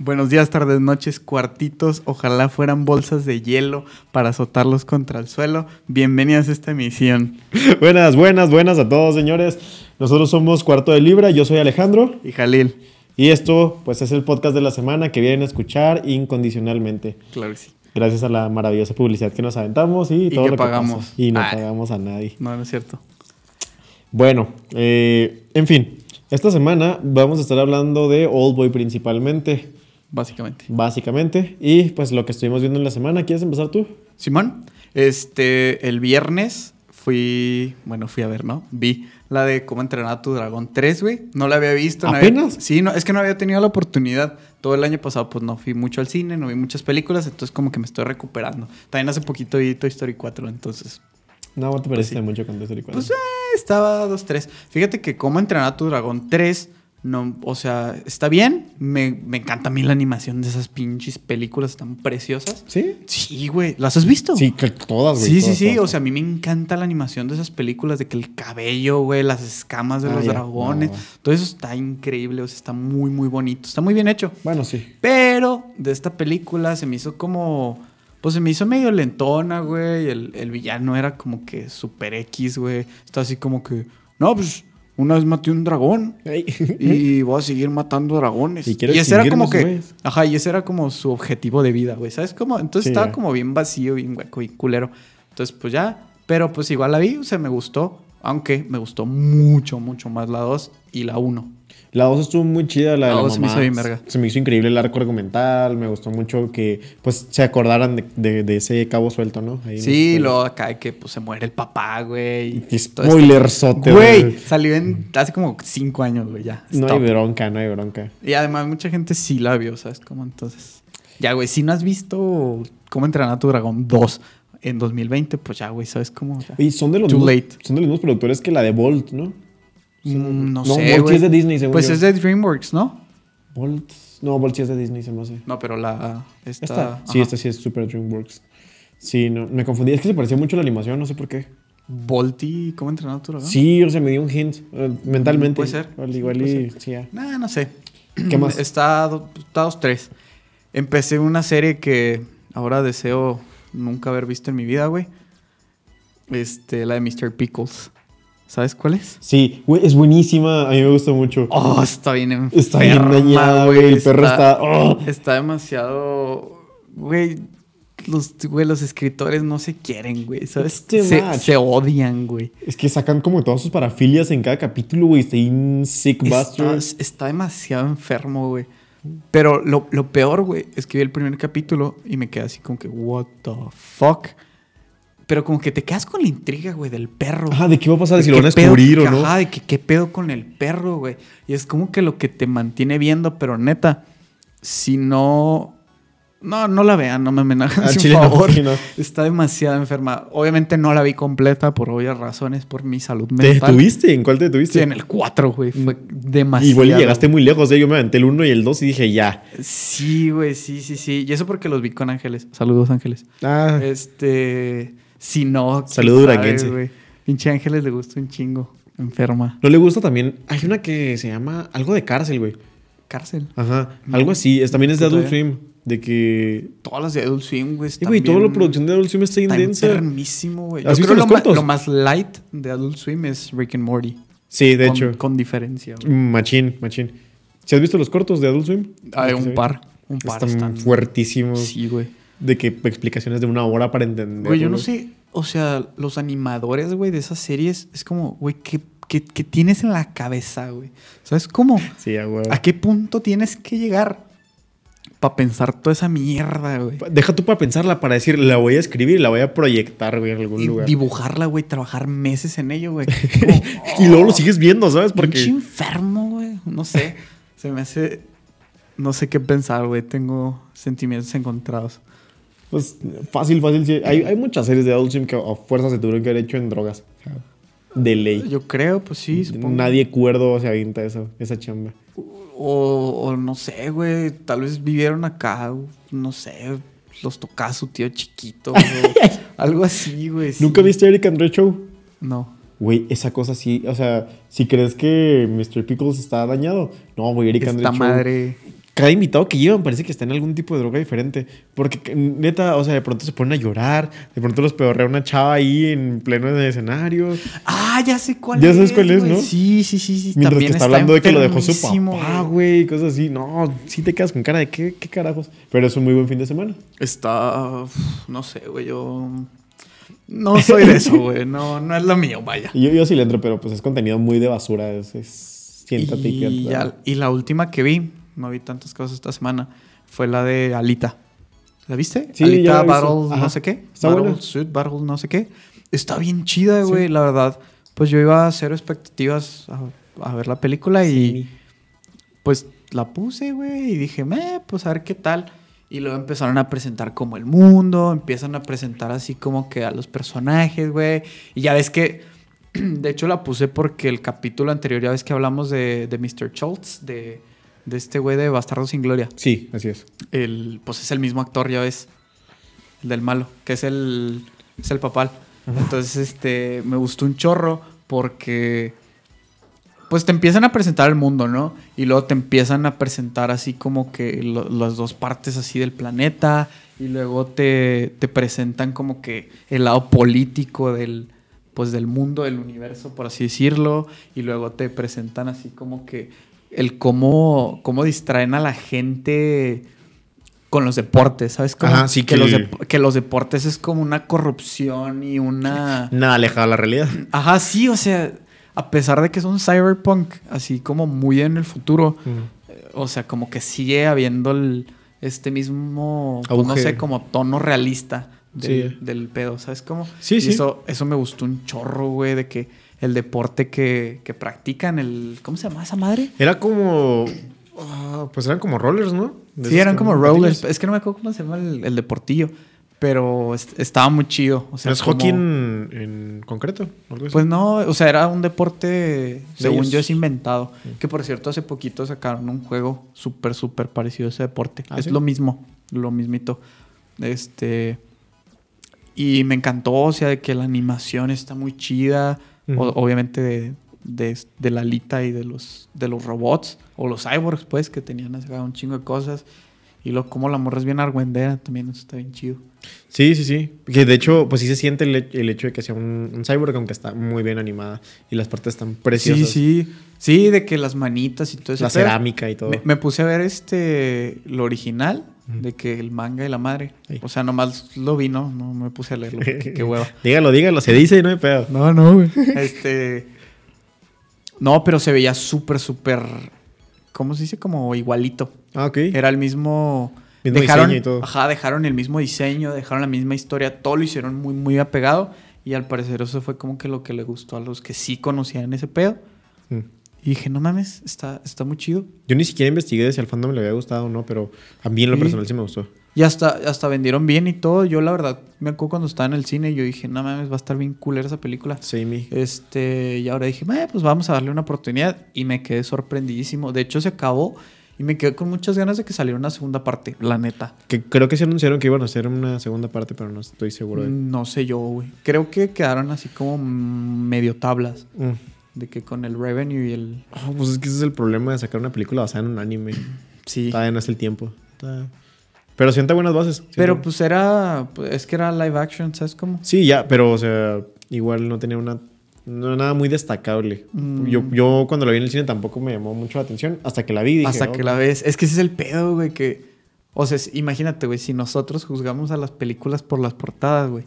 Buenos días, tardes, noches, cuartitos. Ojalá fueran bolsas de hielo para azotarlos contra el suelo. Bienvenidas a esta emisión. Buenas, buenas, buenas a todos, señores. Nosotros somos Cuarto de Libra, yo soy Alejandro. Y Jalil, Y esto, pues, es el podcast de la semana que vienen a escuchar incondicionalmente. claro que sí. Gracias a la maravillosa publicidad que nos aventamos y, todo que lo que pagamos. pasa. Y no Ah. pagamos a nadie. No, no es cierto. Bueno, eh, en fin. Esta semana vamos a estar hablando de Oldboy principalmente, Básicamente. básicamente. Y, pues, lo que estuvimos viendo en la semana. ¿Quieres empezar tú? Simón, este, el viernes fui, bueno, fui a ver, ¿no? Vi la de cómo entrenar a tu dragón 3, güey. No la había visto. no había- ¿Apenas? sí, no, es que no había tenido la oportunidad. Todo el año pasado, pues no fui mucho al cine, no vi muchas películas, entonces como que me estoy recuperando. También hace poquito vi Toy Story 4, entonces No, te pareciste mucho con Toy Story 4. Pues eh, estaba 2-3. Fíjate que como entrenar a tu dragón 3, no, o sea, está bien. Me, me encanta a mí la animación de esas pinches películas tan preciosas. ¿Sí? Sí, güey. ¿Las has visto? Sí, que todas, güey. Sí, sí, todas, sí. todas, O sea, a mí me encanta la animación de esas películas, de que el cabello, güey, las escamas de Ah, los ya. dragones, No. todo eso está increíble, o sea, está muy, muy bonito, está muy bien hecho. Bueno, sí. Pero de esta película se me hizo como. Pues se me hizo medio lentona, güey. El, el villano era como que super X, güey. Está así como que. No, pues una vez maté un dragón. Y voy a seguir matando dragones. ¿Eh? Y quiero ese era extinguirnos, como que. güeyes. Ajá, y ese era como su objetivo de vida, güey. ¿Sabes cómo? Entonces Sí, estaba ya. como bien vacío, bien hueco, bien culero. Entonces, pues ya. Pero pues igual la vi, o sea, me gustó. Aunque me gustó mucho, mucho más la 2 y la 1. La 2 estuvo muy chida, la, de La la dos se me mamá. hizo bien verga. Se me hizo increíble el arco argumental, me gustó mucho que pues se acordaran de, de- de ese cabo suelto, ¿no? Ahí en Sí, el- luego acá de que pues, se muere el papá, güey. Y todo esto. Spoilerzote, Güey, salió en, hace como cinco años, güey, ya. No hay Stop. bronca, no hay bronca. y además mucha gente sí la vio, ¿sabes? Como entonces... Ya, güey, si no has visto cómo entrenar a tu dragón 2 en 2020, pues ya, güey, ¿sabes cómo? Ya. Y son de los Too mismos, late. son de los mismos productores que la de Bolt, ¿no? Mm, no, No, sé, Bolt güey. es de Disney, según Pues yo. es de DreamWorks, ¿no? Bolt. No, Bolt sí es de Disney, se me hace. No, pero la... Esta... Esta. Sí, ajá. esta sí es Super Dreamworks. Sí, no, me confundí. Es que se parecía mucho a la animación, no sé por qué. Volti, ¿cómo entrenar a tu dragón? Sí, o sea, me dio un hint eh, mentalmente. Puede ser. Al igual Puede y. Sí, ya. Nah, no sé. Mm, ¿Qué más? Está, do- está 2-3. Empecé una serie que ahora deseo nunca haber visto en mi vida, güey. Este, la de Mr. Pickles. ¿Sabes cuál es? Sí, güey, es buenísima. A mí me gusta mucho. Oh, está bien enferma, Está bien dañada, güey. El perro está. ¡Oh! Está demasiado... Güey, los, güey, los escritores no se quieren, güey. ¿Sabes? It's too Se, much. se odian, güey. Es que sacan como todas sus parafilias en cada capítulo, güey. Está bien sick Está, bastard. está demasiado enfermo, güey. Pero lo, lo peor, güey, es que vi el primer capítulo y me quedé así como que, what the fuck. Pero como que te quedas con la intriga, güey, del perro. Ajá, ¿de qué va a pasar? De Si lo qué van a pedo- descubrir o no. Ajá, de que qué pedo con el perro, güey. Y es como que lo que te mantiene viendo, pero neta, si no... No, no la vean, no me amenazan, Al por chile no, favor. sí, no. Está demasiado enferma. Obviamente no la vi completa por obvias razones, por mi salud ¿Te mental. detuviste? ¿En cuál te Sí, detuviste? en el 4, güey. Fue demasiado. Mm. Igual y llegaste muy lejos, ¿eh? Yo me aventé el 1 y el 2 y dije, ya. Sí, güey, sí, sí, sí. Y eso porque los vi con Ángeles. Saludos, Ángeles. Ah, Este. Si no. quién Saludo sabe, huracanense. güey. Pinche Ángeles le gusta un chingo. Enferma. no le gusta también. Hay una que se llama algo de cárcel, güey. Cárcel. Ajá, algo así. Es, también es de Mm. Puta, Adult eh. Swim. De que. Todas las de Adult Swim, güey. Y, güey, están toda la bien- producción de Adult Swim está bien Está densa. enfermísimo, güey. Yo ¿Has visto creo lo, los ma- cortos? lo más light de Adult Swim es Rick and Morty. Sí, de con, hecho. Con diferencia, güey. Machín, machín. ¿Si has visto los cortos de Adult Swim? Hay Los que se un par. Un par Están están- fuertísimos. Sí, güey. De que explicaciones de una hora para entender. Güey, yo no sé. O sea, los animadores, güey, de esas series, es como, güey, ¿qué, qué, qué tienes en la cabeza, güey? ¿Sabes cómo? Sí, a huevo. ¿A qué punto tienes que llegar para pensar toda esa mierda, güey? Deja tú para pensarla, para decir, la voy a escribir y la voy a proyectar, güey, en algún Y lugar. dibujarla, güey, trabajar meses en ello, güey. Como, "Oh, Y luego lo sigues viendo, ¿sabes? Pinche Porque. enfermo, güey. No sé. Se me hace. No sé qué pensar, güey. Tengo sentimientos encontrados. Pues fácil, fácil. sí. Hay, hay muchas series de Adult Swim que a fuerza se tuvieron que haber hecho en drogas. O sea, De ley. Yo creo, pues sí, supongo. Nadie cuerdo se avienta eso, esa chamba. O, o no sé, güey. Tal vez vivieron acá, no sé. Los tocaba su tío chiquito. güey. algo así, güey. sí. ¿Nunca viste Eric Andre Show? No. Güey, esa cosa sí, o sea, si crees que Mr. Pickles está dañado, no, güey, Eric Esta Andre Cho madre. cada invitado que llevan parece que está en algún tipo de droga diferente. Porque neta, o sea, de pronto se ponen a llorar, de pronto los pedorrea una chava ahí en pleno escenario. Ah, ya sé cuál Ya es. sabes cuál es, güey. ¿no? Sí, sí, sí. sí. Mientras que También está, hablando de que lo dejó su enfermísimo, papá, güey. güey, y cosas así. No, sí te quedas con cara de qué, qué carajos. Pero es un muy buen fin de semana. Está. uf, No sé, güey. Yo. No soy de eso, güey. No, no es lo mío, vaya. Y Yo, yo sí le entro, pero pues es contenido muy de basura. Es, es- siéntate y, Y, quédate. ya- y la última que vi, no vi tantas cosas esta semana, fue la de Alita. ¿La viste? Sí, Alita ya la he visto. Battle Ajá. no sé qué. Está Battle buena. Suit, Battle no sé qué. Está bien chida, güey, la verdad. Pues yo iba a cero expectativas a, a ver la película y pues la puse, güey, y dije, "Meh, pues a ver qué tal. Y luego empezaron a presentar como el mundo, empiezan a presentar así como que a los personajes, güey. Y ya ves que, de hecho la puse porque el capítulo anterior, ya ves que hablamos de, de Mr. Schultz, de, de este güey de Bastardo sin Gloria. Sí, así es. El, pues es el mismo actor, ya ves, el del malo, que es el, es el papal. Entonces, este, me gustó un chorro porque pues te empiezan a presentar el mundo, ¿no? Y luego te empiezan a presentar así como que lo- las dos partes así del planeta y luego te, te presentan como que el lado político del pues del mundo, del universo, por así decirlo, y luego te presentan así como que el cómo, cómo distraen a la gente con los deportes, ¿sabes? Como Ajá, sí, que, que- los dep- que los deportes es como una corrupción y una... Nada alejado de la realidad. Ajá, sí, o sea, a pesar de que es un cyberpunk, así como muy en el futuro, eh, o sea, como que sigue habiendo el- este mismo, pues, no Auge. sé, como tono realista del, Sí. del pedo, ¿sabes cómo? Sí, Y sí. Eso, eso me gustó un chorro, güey, de que el deporte que, que practican, el, ¿cómo se llama esa madre? Era como. ah, pues eran como rollers, ¿no? De Sí, esos eran que como eran rollers, patines. es que no me acuerdo cómo se llama el, el deportillo, pero est- estaba muy chido. O sea, ¿No es como- hockey en, en concreto? o algo así? Pues no, o sea, era un deporte, según ellos. yo, es inventado. Que por cierto, hace poquito sacaron un juego súper, súper parecido a ese deporte. ¿Ah, es sí? lo mismo, lo mismito. Este. Y me encantó, o sea, de que la animación está muy chida. o- Ujú. obviamente de, de- de la Lita y de los, de los robots. O los cyborgs, pues, que tenían acá un chingo de cosas. Y lo como la morra es bien argüendera, también eso está bien chido. Sí, sí, sí. Que de hecho, pues sí se siente el, he- el hecho de que sea un, un cyborg, aunque está muy bien animada y las partes están preciosas. Sí, sí. Sí, de que las manitas y todo eso. La cerámica y todo. Me, me puse a ver este lo original de que el manga y la madre. Sí. O sea, nomás lo vi, no, no me puse a leerlo. porque qué hueva. Dígalo, dígalo, se dice y no hay pedo. No, no, güey. Este. No, pero se veía súper, súper. ¿Cómo se dice? Como igualito. Ah, ok. Era el mismo. Mismo dejaron, diseño y todo. Ajá, dejaron el mismo diseño, dejaron la misma historia, todo lo hicieron muy, muy apegado. Y al parecer eso fue como que lo que le gustó a los que sí conocían ese pedo. Mm. Y dije, no mames, está, está muy chido. Yo ni siquiera investigué si al fandom le había gustado o no, pero a mí en lo Sí. personal sí me gustó. Y hasta, hasta vendieron bien y todo. Yo, la verdad, me acuerdo cuando estaba en el cine, yo dije, no mames, va a estar bien cooler esa película. Sí, mi. Este, y ahora dije, "Meh, pues vamos a darle una oportunidad. Y me quedé sorprendidísimo. De hecho, se acabó y me quedé con muchas ganas de que saliera una segunda parte, la neta. Que creo que se anunciaron que iban a hacer una segunda parte, pero no estoy seguro eh. de. No sé yo, güey. Creo que quedaron así como mm, medio tablas. Mm. De que con el revenue y el. Ah, pues es que ese es el problema de sacar una película basada en un anime. Sí. Todavía no es el tiempo. Todavía- Pero sienta buenas bases. sienta Pero bu- pues era. pues, es que era live action, ¿sabes cómo? Sí, ya, pero, o sea, igual no tenía una. No, nada muy destacable. Mm. Yo, yo cuando la vi en el cine tampoco me llamó mucho la atención. Hasta que la vi, dije. Hasta "Oh, que la ves. Es que ese es el pedo, güey, que... O sea, es- imagínate, güey, si nosotros juzgamos a las películas por las portadas, güey.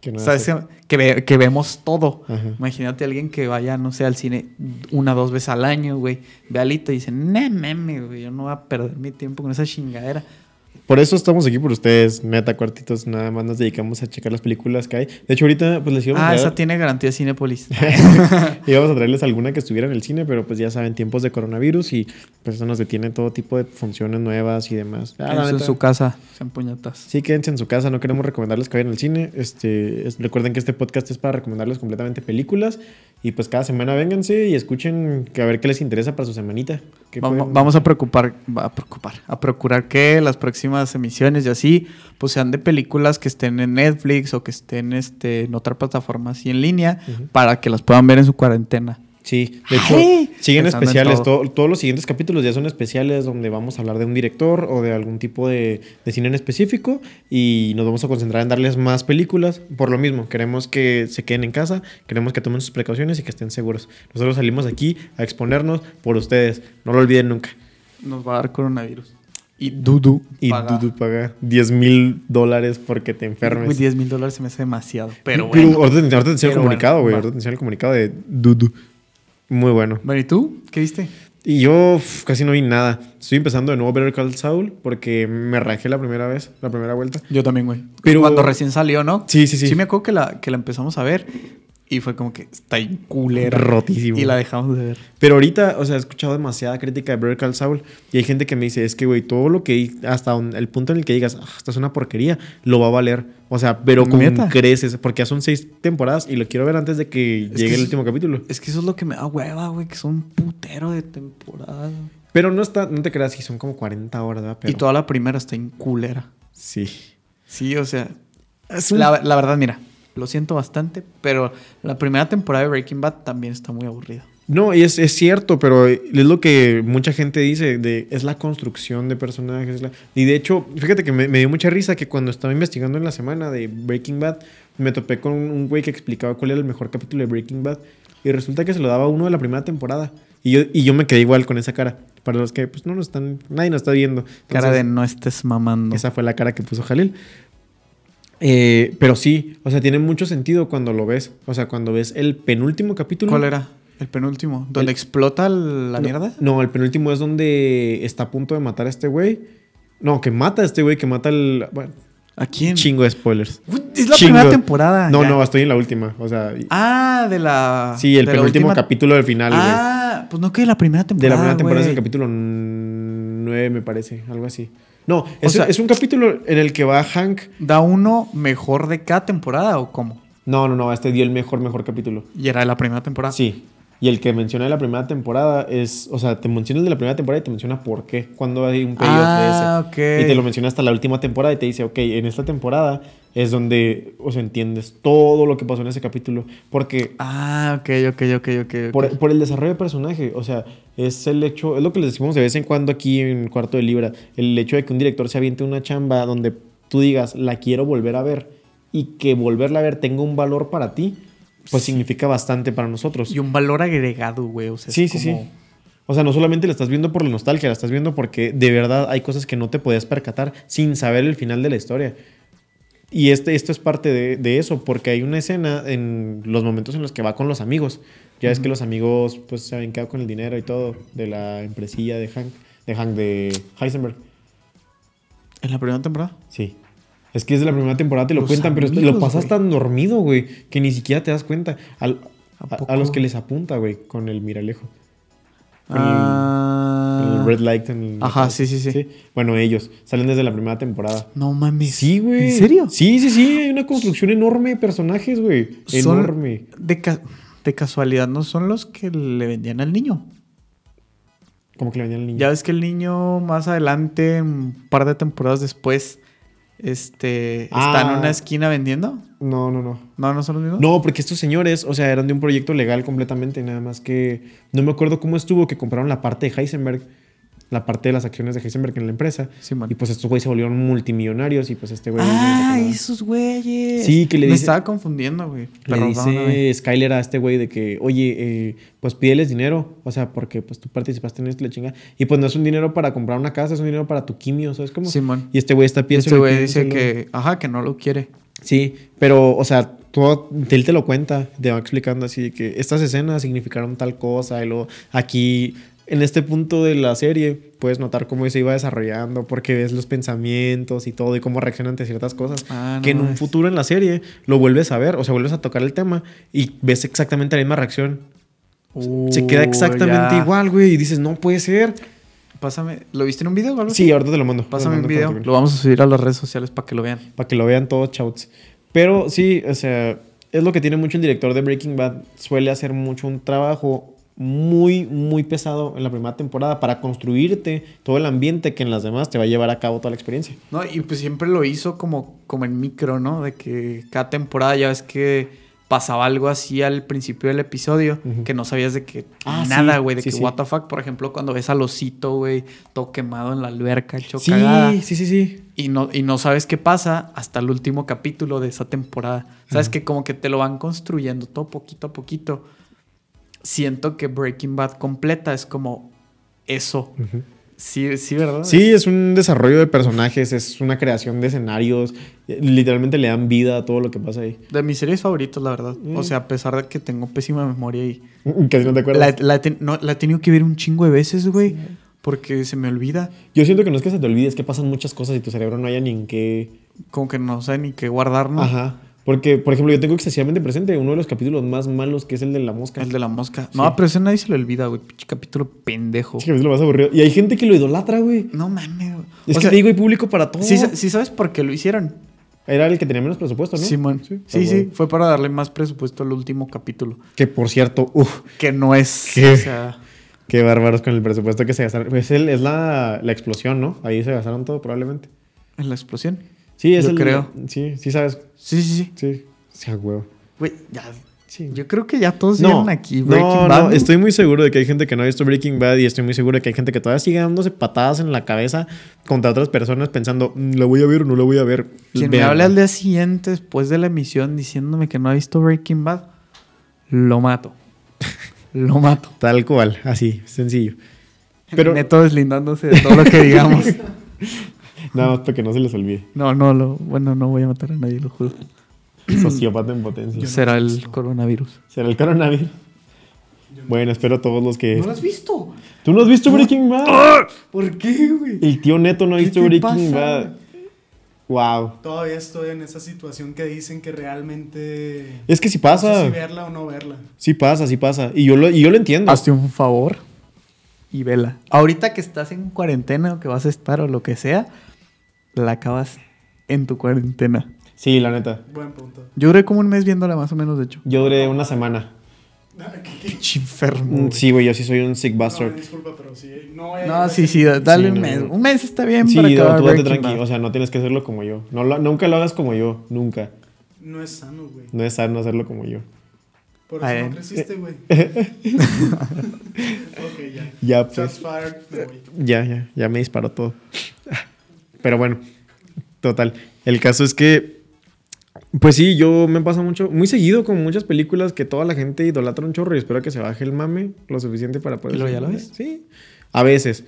que no ¿Sabes? hace". Que, ve- que vemos todo. Ah, Ajá. Imagínate a alguien que vaya, no sé, al cine una dos veces al año, güey. Ve a Lita y dice, no mames, güey, yo no voy a perder mi tiempo con esa chingadera. Por eso estamos aquí por ustedes, neta, cuartitos. Nada más nos dedicamos a checar las películas que hay. De hecho, ahorita pues les íbamos Ah, a esa traer, tiene garantía Cinépolis. Ah, íbamos a traerles alguna que estuviera en el cine, pero pues ya saben, tiempos de coronavirus y pues eso nos detiene todo tipo de funciones nuevas y demás. Ah, la Eso en neta. su casa, sean puñetas. Sí, quédense en su casa, no queremos recomendarles que vayan al cine. Este, es- recuerden que este podcast es para recomendarles completamente películas. Y pues cada semana vénganse y escuchen que a ver qué les interesa para su semanita. ¿Qué Vamo- pueden- vamos a preocupar, va a preocupar, a procurar que las próximas emisiones y así, pues sean de películas que estén en Netflix o que estén este, en otra plataforma así en línea, para que las puedan ver en su cuarentena. Sí, de hecho, ¡Ay! siguen Pensando en especiales. todo. todo- todos los siguientes capítulos ya son especiales donde vamos a hablar de un director o de algún tipo de, de cine en específico y nos vamos a concentrar en darles más películas. Por lo mismo, queremos que se queden en casa, queremos que tomen sus precauciones y que estén seguros. Nosotros salimos aquí a exponernos por ustedes. No lo olviden nunca. Nos va a dar coronavirus. Y Dudu. Y paga. Dudu paga 10 mil dólares porque te enfermes. 10 mil dólares se me hace demasiado. Pero Pero, bueno. ahorita, ahorita te enseño el Pero comunicado, bueno, güey. va. ahorita te enseño el comunicado de Dudu. Muy bueno. Bueno, ¿y tú? ¿Qué viste? Y yo uf, casi no vi nada. Estoy empezando de nuevo Better Call Saul porque me rajé la primera vez, la primera vuelta. Yo también, güey. Pero- Cuando recién salió, ¿no? Sí, sí, sí. Sí me acuerdo que la, que la empezamos a ver y fue como que está en culera. Rotísimo. Y la dejamos de ver. Pero ahorita, o sea, he escuchado demasiada crítica de Better Call Saul y hay gente que me dice, es que, güey, todo lo que, di- hasta un- el punto en el que digas, "Ah, esto es una porquería, lo va a valer. O sea, pero con ¿Neta? creces, porque ya son seis temporadas y lo quiero ver antes de que que llegue el es- último capítulo. Es que eso es lo que me da hueva, güey, que son un putero de temporada. Pero no está, no te creas que son como 40 horas, ¿verdad? Pero, Y toda la primera está en culera. Sí. Sí, o sea, Es un- la, la verdad, mira, lo siento bastante, pero la primera temporada de Breaking Bad también está muy aburrida. No, y es, es cierto, pero es lo que mucha gente dice, de, es la construcción de personajes. la- y de hecho, fíjate que me, me dio mucha risa que cuando estaba investigando en la semana de Breaking Bad, me topé con un güey que explicaba cuál era el mejor capítulo de Breaking Bad. Y resulta que se lo daba uno de la primera temporada. Y yo, y yo me quedé igual con esa cara. Para los que pues no nos están, nadie nos está viendo. Cara Entonces, de no estés mamando. esa fue la cara que puso Jalil. Eh, pero sí, o sea, tiene mucho sentido cuando lo ves. O sea, cuando ves el penúltimo capítulo. ¿Cuál era? El penúltimo. ¿Donde El- explota la No, mierda? No, el penúltimo es donde está a punto de matar a este güey. No, que mata a este güey, que mata al. Bueno, ¿A quién? chingo de spoilers. Uy, es la Chingo. primera temporada. No, ya. no, estoy en la última. O sea, y- Ah, de la. sí, el de la penúltimo última- capítulo del final, güey. Ah, pues no que de la primera temporada. de la primera temporada es el güey. capítulo 9, me parece, algo así. No, es, sea- es un capítulo en el que va Hank. ¿Da uno mejor de cada temporada o cómo? No, no, no, este dio el mejor, mejor capítulo. Y era de la primera temporada. Ah, Sí. Y el que menciona de la primera temporada es. O sea, te menciona el de la primera temporada y te menciona por qué. Cuando hay un periodo Ah, de ok. ese. Y te lo menciona hasta la última temporada y te dice, ok, en esta temporada es donde os entiendes todo lo que pasó en ese capítulo. Porque Ah, ok, ok, ok, ok. ok. por, por el desarrollo de personaje, o sea, es el hecho, es lo que les decimos de vez en cuando aquí en Cuarto de Libra, el hecho de que un director se aviente una chamba donde tú digas, la quiero volver a ver y que volverla a ver tenga un valor para ti, pues significa bastante para nosotros. Y un valor agregado, güey. O sea, Sí, es sí, como- sí. O sea, no solamente la estás viendo por la nostalgia, la estás viendo porque de verdad hay cosas que no te podías percatar sin saber el final de la historia. Y este, esto es parte de, de eso, porque hay una escena en los momentos en los que va con los amigos. Ya ves que los amigos pues se habían quedado con el dinero y todo de la empresilla de Hank, de Hank de Heisenberg. ¿En la primera temporada? Sí. Es que es de la primera temporada, te lo Los cuentan, pero amigos, lo pasas güey. tan dormido, güey, que ni siquiera te das cuenta. Al- ¿A a- a poco? los que les apunta, güey, con el miralejo. El- Ah. el Red Light en el- Ajá, sí, sí, sí. Bueno, ellos salen desde la primera temporada. No mames. Sí, güey. ¿En serio? Sí, sí, sí. Hay una construcción enorme de personajes, güey. Son- Enorme. De, ca- de casualidad, ¿no son los que le vendían al niño? Como que le venían al niño. Ya ves que el niño más adelante, un par de temporadas después, este, está Ah. en una esquina vendiendo. No, no, no. No, no son los mismos. No, porque estos señores, o sea, eran de un proyecto legal completamente, nada más que no me acuerdo cómo estuvo que compraron la parte de Heisenberg, la parte de las acciones de Heisenberg en la empresa, Simón. y pues estos güeyes se volvieron multimillonarios y pues este güey ah, esos güeyes. Sí, que le Me dice- estaba confundiendo, güey. Le Perdón, güey. dice Skyler a este güey de que, oye, eh, pues pídeles dinero, o sea, porque pues tú participaste en esto, la chinga. Y pues no es un dinero para comprar una casa, es un dinero para tu quimio, ¿sabes cómo? Simón. Y este güey está Y pidiendo. este güey dice que, ajá, que no lo quiere. Sí, pero, o sea, todo, él te lo cuenta, te va explicando así de que estas escenas significaron tal cosa, y luego aquí, en este punto de la serie, puedes notar cómo se iba desarrollando, porque ves los pensamientos y todo, y cómo reaccionan ante ciertas cosas, Ah, no que en un mames. futuro en la serie lo vuelves a ver, o sea, vuelves a tocar el tema y ves exactamente la misma reacción. se queda Uh, exactamente ya. igual, güey, y dices, no puede ser. Pásame, ¿lo viste en un video o algo? Sí, ahorita te lo mando. Pásame un Te lo mando video. cuando termine. Lo vamos a subir a las redes sociales para que lo vean. para que lo vean todos chauts. Pero sí, o sea, es lo que tiene mucho el director de Breaking Bad. Suele hacer mucho un trabajo muy, muy pesado en la primera temporada para construirte todo el ambiente que en las demás te va a llevar a cabo toda la experiencia. No, y pues siempre lo hizo como, como en micro, ¿no? De que cada temporada ya ves que pasaba algo así al principio del episodio Ujú. que no sabías de que Ah, nada, sí, güey, de sí, que sí. what the fuck, por ejemplo, cuando ves al osito, güey, todo quemado en la alberca, hecho Sí, cagada, sí, sí, sí. y no y no sabes qué pasa hasta el último capítulo de esa temporada. Sabes Ajá. que como que te lo van construyendo todo poquito a poquito. Siento que Breaking Bad completa es como eso. Ujú. Sí, sí, ¿verdad? Sí, es un desarrollo de personajes, es una creación de escenarios. eh, Literalmente le dan vida a todo lo que pasa ahí. De mis series favoritas, la verdad. O sea, a pesar de que tengo pésima memoria y... Casi mm, no te acuerdas. La, la he ten- no, la he tenido que ver un chingo de veces, güey. Porque se me olvida. Yo siento que no es que se te olvide, es que pasan muchas cosas y tu cerebro no haya ni en qué. Como que no sé ni qué guardar, ¿no? Ajá. Porque, por ejemplo, yo tengo excesivamente presente uno de los capítulos más malos que es el de la mosca. El de la mosca. No, pero ese nadie se lo olvida, güey. Pinche capítulo pendejo. Ese capítulo más aburrido. Y hay gente que lo idolatra, güey. No mames, güey. Es O que sea, te digo, hay público para todo. ¿sí, sa- sí sabes por qué lo hicieron? Era el que tenía menos presupuesto, ¿no? Simón. Sí, sí, Ah, bueno. Fue para darle más presupuesto al último capítulo. Que por cierto, uff, Que no es... ¿Qué? O sea... qué bárbaros con el presupuesto que se gastaron. Pues el- es la, la explosión, ¿no? Ahí se gastaron todo, probablemente. En la explosión. Sí, es Yo el. creo. Sí, sí, sabes. Sí, sí, sí. Sí. Sí, a huevo. Güey, ya... Sí. Yo creo que ya todos vieron pues, aquí Breaking no, Bad. no, estoy muy seguro de que hay gente que no ha visto Breaking Bad y estoy muy seguro de que hay gente que todavía sigue dándose patadas en la cabeza contra otras personas pensando, "Mm, ¿la voy a ver o no la voy a ver? Quien me Véanla. hable al día siguiente después de la emisión diciéndome que no ha visto Breaking Bad, lo mato. lo mato. Tal cual, así, sencillo. Pero... Pero- Neto deslindándose de todo lo que digamos. Nada más para que no se les olvide. No, no, lo, bueno, no voy a matar a nadie, lo juro. Sociópata en potencia. Será el coronavirus. ¿Será el coronavirus? Bueno, espero todos los que... has visto? ¿Tú no has visto Breaking Bad? ¿Por qué, güey? El tío Neto no ha ¿Qué visto te Breaking pasa, Bad. güey? Wow. Todavía estoy en esa situación que dicen que realmente. Es que sí No sé pasa. si verla o no verla. Sí pasa, sí pasa. Y yo lo, y yo lo entiendo. Hazte un favor y vela. Ahorita que estás en cuarentena o que vas a estar o lo que sea, la acabas en tu cuarentena. Sí, la neta. Buen punto. Yo duré como un mes viéndola más o menos, de hecho. Yo duré una semana. Pinche enfermo. Mm, güey. Sí, güey, yo sí soy un sick No, bastard. disculpa, pero sí. No, eh, No, sí, sí, da- dale Sí, un no, mes. no. Un mes está bien sí, para no, acabar tú date Breaking tranquilo. Bad. O sea, no tienes que hacerlo como yo. No lo- nunca lo hagas como yo. Nunca. No es sano, güey. No es sano hacerlo como yo. Por eso Ah, eh. no creciste, güey. ok, ya. Ya, Shots pues. fired, me voy. Ya, ya, ya me disparó todo. Pero bueno, total. El caso es que, pues sí, yo me pasa mucho, muy seguido con muchas películas que toda la gente idolatra un chorro y espero que se baje el mame lo suficiente para poder. ¿Y luego ya la decir, ves? Sí. A veces.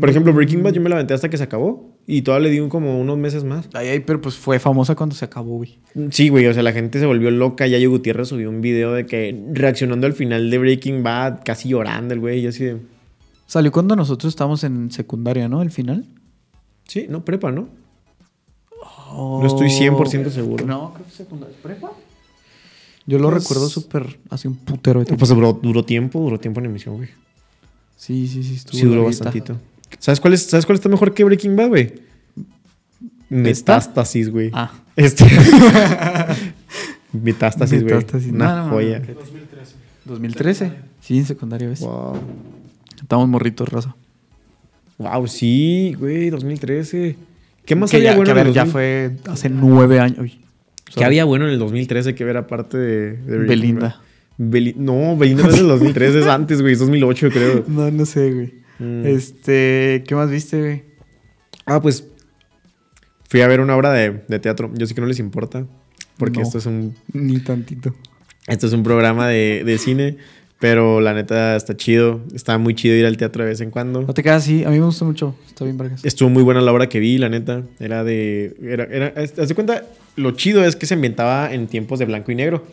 Por ejemplo, Breaking Bad yo me la aventé hasta que se acabó y todavía le di un- como unos meses más. Ay, ay, pero pues fue famosa cuando se acabó, güey. Sí, güey, o sea, la gente se volvió loca. Yayo Gutiérrez subió un video de que reaccionando al final de Breaking Bad, casi llorando el güey, y así de. Salió cuando nosotros estábamos en secundaria, ¿no? El final. Sí, no, prepa, ¿no? No estoy 100% seguro. No, creo que secundaria. ¿Prepa? Yo lo Pues- recuerdo súper, hace un putero de tiempo. Pues duró, duró tiempo, duró tiempo en emisión, güey. Sí, sí, sí, estuvo Sí, duró larguita. bastantito. ¿Sabes cuál, es, ¿Sabes cuál está mejor que Breaking Bad, güey? Metástasis, güey. Ah. Este. Metástasis, güey. Metástasis. Una No, no, no, joya. ok. 2013. 2013. Sí, en secundaria, ¿ves? Wow. Estamos morritos, raza. Wow, sí, güey, 2013. ¿Qué más que había ya, bueno que, a en el ver, ya 2000? fue hace nueve años. Uy, ¿Qué había bueno en el 2013 que ver aparte de, de Breaking Belinda. Bad? Beli- no, Belinda no es del 2013, es antes, güey, es 2008, creo. No, no sé, güey. Mm. Este, ¿qué más viste, güey? Ah, pues fui a ver una obra de, de teatro. Yo sé que no les importa, porque No. esto, es un, Ni tantito. esto es un programa de, de cine, pero la neta está chido. Está muy chido ir al teatro de vez en cuando. No te quedas así. A mí me gustó mucho. Está bien, vergas. Estuvo muy buena la obra que vi, la neta. Era de... Era, era- haz haz de cuenta, lo chido es que se ambientaba en tiempos de blanco y negro.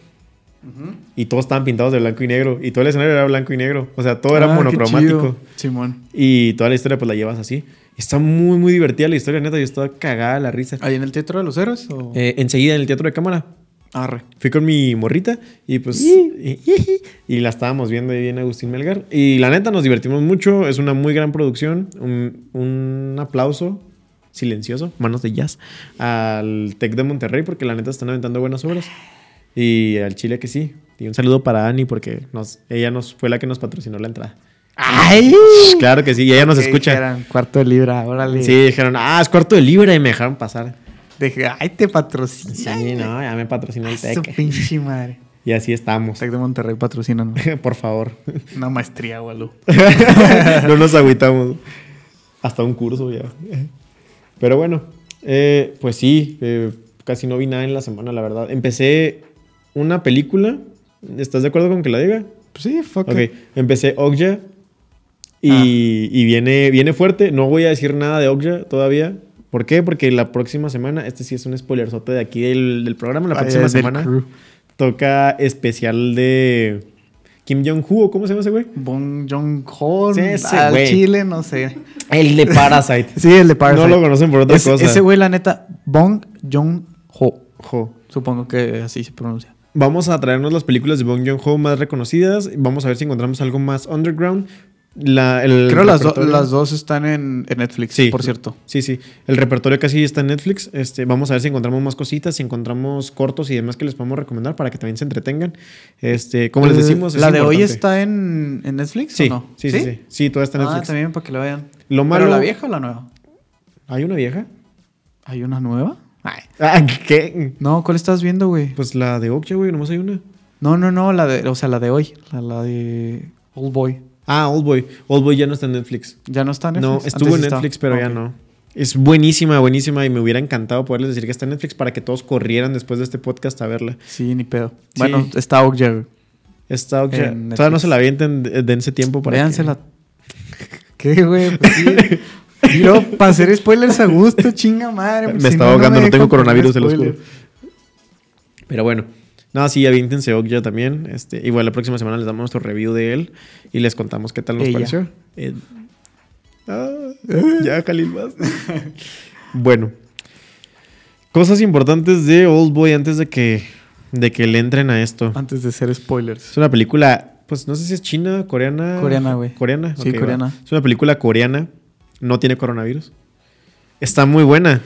Y todos estaban pintados de blanco y negro. Y todo el escenario era blanco y negro. O sea, todo era Ah, qué monocromático. chido, Simón. Y toda la historia pues la llevas así. Está muy, muy divertida la historia, neta. Yo estaba cagada de la risa. ¿Ahí en el Teatro de los Héroes o...? Eh, enseguida en el teatro de cámara. Arre. Fui con mi morrita y pues... Y, y la estábamos viendo ahí en Agustín Melgar. Y la neta nos divertimos mucho. Es una muy gran producción. Un, un aplauso silencioso, manos de jazz, al TEC de Monterrey porque la neta están aventando buenas obras. Y al Chile que sí. Y un saludo para Ani porque nos, ella nos, fue la que nos patrocinó la entrada. Pues ¡Ay! Claro que sí, y ella nos escucha. cuarto de libra, órale. Sí, dijeron, ah, es cuarto de libra y me dejaron pasar. Dije, ay, te patrocina. Sí, no, ya me patrocinó el Su TEC. pinche madre. Y así estamos. Tec de Monterrey patrocinan Por favor. una maestría, Walu. no nos agüitamos. Hasta un curso ya. Pero bueno, eh, pues sí, eh, casi no vi nada en la semana, la verdad. Empecé una película. ¿Estás de acuerdo con que la diga? Sí, fuck. Ok, empecé Okja. Y, Ah. y viene, viene fuerte. No voy a decir nada de Okja todavía. ¿Por qué? Porque la próxima semana, este sí es un spoilerzote de aquí del, del programa, la Vaya, próxima del semana crew. toca especial de Kim Jong-hoo, ¿o ¿cómo se llama ese güey? Bong Joon-ho, Sí, ese al güey. Chile, no sé. El de Parasite. Sí, el de No lo conocen por otra Ese- cosa. Ese güey, la neta, Bong Joon-ho. Jo. Supongo que así se pronuncia. Vamos a traernos las películas de Bong Joon-ho más reconocidas. Vamos a ver si encontramos algo más underground. La- el Creo las, do- repertorio- las dos están en, en Netflix, Sí. por cierto. Sí, sí. El repertorio casi está en Netflix. Este, vamos a ver si encontramos más cositas, si encontramos cortos y demás que les podemos recomendar para que también se entretengan. Este, como les decimos, es ¿La de hoy importante. está en, en Netflix Sí, o no? sí, sí, sí. Sí, toda está en Ah, Netflix. también para que la vean. Lo malo- ¿Pero la vieja o la nueva? ¿Hay una vieja? ¿Hay una nueva? Ay. Ah, ¿qué? No, ¿cuál estás viendo, güey? Pues la de Okja, güey, nomás hay una. No, no, no, la de, o sea, la de hoy, la, la de Old Boy. Ah, Oldboy. Oldboy ya no está en Netflix. Ya no está en Netflix. No, estuvo en Antes sí Netflix, estaba. pero ya Ok. no. Es buenísima, buenísima y me hubiera encantado poderles decir que está en Netflix para que todos corrieran después de este podcast a verla. Sí, ni pedo. Sí. Bueno, está Okja, güey. Está ok. En Todavía no Netflix. se la avienten, eh, dense tiempo para que- Véansela. ¿Qué, güey? Pues sí. Yo, para hacer spoilers a gusto, chinga madre. pues, Me si estaba no, no ahogando, no, me tengo dejan poner coronavirus, se los juro. spoilers. Pero bueno. No, sí, aviéntense Okja también. Este, igual la próxima semana les damos nuestro review de él y les contamos qué tal nos Ella. pareció. Eh, ah, ya, Jalil, más. bueno. Cosas importantes de Old Boy antes de que, de que le entren a esto. Antes de ser spoilers. Es una película, pues no sé si es china, coreana. Coreana, güey. Coreana. Sí, ok, va. coreana. Es una película coreana, no tiene coronavirus. Está muy buena.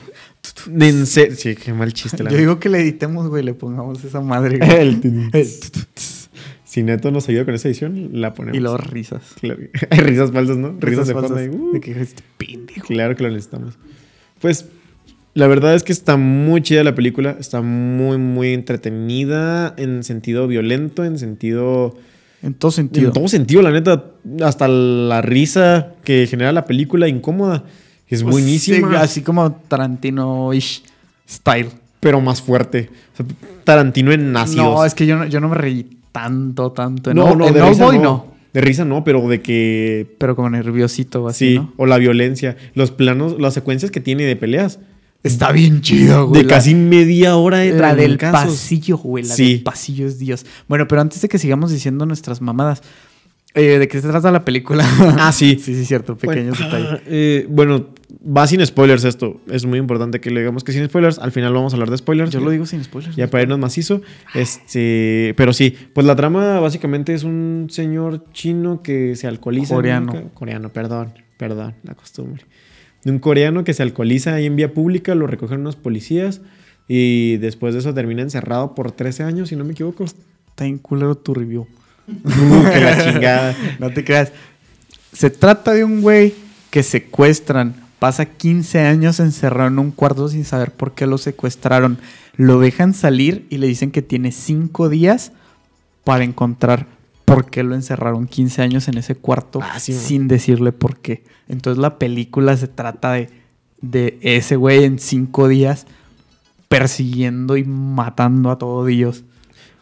En se- sí, qué mal chiste. La Yo neta. digo que le editemos, güey, le pongamos esa madre. güey. El- El- si Neto nos ayuda con esa edición, la ponemos. y luego risas. Claro. risas falsas, ¿no? Risas, de fondo falsas. ahí, uh. De que este pendejo. Claro que lo necesitamos. Pues la verdad es que está muy chida la película, está muy, muy entretenida en sentido violento, en sentido... En todo En sentido. todo sentido, la neta, hasta la risa que genera la película incómoda es Pues, sí, buenísima, así como Tarantino-ish style. pero más fuerte. O sea, Tarantino en ácidos. No, es que yo no, yo no me reí tanto, tanto. En no, Old- no, en de Old risa Boy no. no. De risa no, pero de que Pero como nerviosito, así, sí, Pues ¿no? o la violencia, los planos, las secuencias que tiene de peleas, Está bien chido, güey. Pues de la- eh, casi media hora de La del trancazos. pasillo, güey. La Sí. del pasillo es Dios. Bueno, pero antes de que sigamos diciendo nuestras mamadas, eh, ¿de qué se trata la película? Ah, sí. sí, sí, cierto. Pequeños bueno, detalles. ah, eh, bueno, va sin spoilers esto. Es muy importante que le digamos que sin spoilers. Al final vamos a hablar de spoilers. Yo lo digo sin spoilers. Ya para irnos macizo. Este, pero sí, pues la trama básicamente es un señor chino que se alcoholiza. en una Coreano. ca- coreano, perdón, perdón, la costumbre. De un coreano que se alcoholiza ahí en vía pública, lo recogen unos policías y después de eso termina encerrado por 13 años, si no me equivoco. Está en culero tu review. Uh, que la chingada. No te creas. Se trata de un güey que secuestran. Pasa 15 años encerrado en un cuarto sin saber por qué lo secuestraron. Lo dejan salir y le dicen que tiene 5 días para encontrar por qué lo encerraron 15 años en ese cuarto Ah, sí, man. sin decirle por qué. Entonces la película se trata de, de ese güey en 5 días persiguiendo y matando a todo Dios.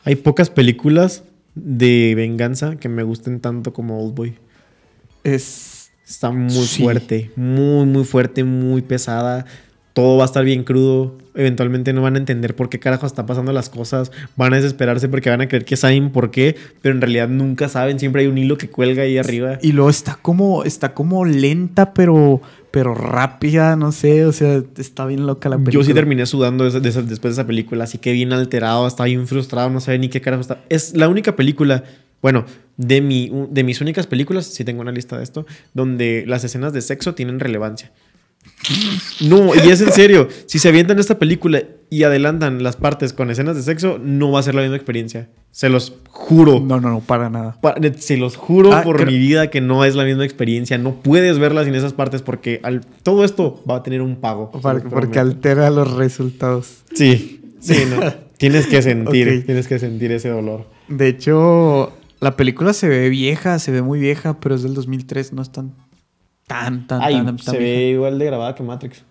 Hay pocas películas de venganza que me gusten tanto como Old Boy. Es Está muy Sí. fuerte, muy, muy fuerte, muy pesada. Todo va a estar bien crudo. Eventualmente no van a entender por qué carajo está pasando las cosas. Van a desesperarse porque van a creer que saben por qué, pero en realidad nunca saben. Siempre hay un hilo que cuelga ahí arriba. Y luego está como, está como lenta, pero, pero rápida, no sé, o sea, está bien loca la película. Yo sí terminé sudando esa- de esa- después de esa película, así que bien alterado, estaba bien frustrado, no sabía ni qué carajo estaba. Es la única película, bueno, de, mi, u- de mis únicas películas, si tengo una lista de esto, donde las escenas de sexo tienen relevancia. No, y es en serio, si se avientan esta película y adelantan las partes con escenas de sexo, no va a ser la misma experiencia. Se los juro. No, no, no, para nada. Pa- Se los juro Ah, por creo- mi vida que no es la misma experiencia. No puedes verla sin esas partes porque al, todo esto va a tener un pago. se Para- los porque prometo. altera los resultados. Sí, sí, no. Tienes que sentir, Ok. tienes que sentir ese dolor. De hecho, la película se ve vieja, se ve muy vieja, pero es del 2003, no es tan. tan, tan, Ay, tan, tan se vieja. ve igual de grabada que Matrix.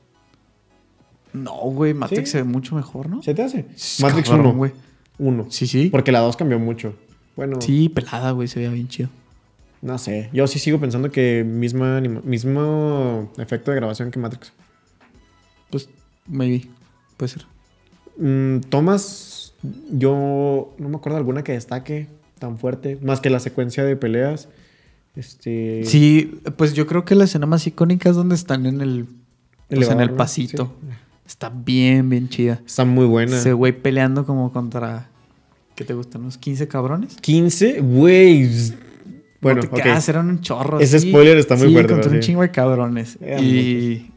No, güey, Matrix Sí. se ve mucho mejor, ¿no? ¿Se te hace? Sí, Matrix cabrón, 1. güey. 1. Sí, sí. Porque la 2 cambió mucho. Bueno, Sí, pelada, güey, se veía bien chido. no sé. Yo sí sigo pensando que misma anima- mismo efecto de grabación que Matrix. Pues, maybe. Puede ser. Mm, Tomas, yo no me acuerdo alguna que destaque tan fuerte, más que la secuencia de peleas. Este, Sí, pues yo creo que la escena más icónica es donde están en el. o sea, pues en elevador, el ¿no? pasito. Sí. Está bien, bien chida. Está muy buena. Ese güey peleando como contra. ¿Qué te gustan? ¿Unos 15 cabrones? 15, güey. Bueno, no te ok. quedas, eran un chorro. Ese spoiler está muy sí, fuerte, Contra pero un sí. Eh, chingo de cabrones. Eran y.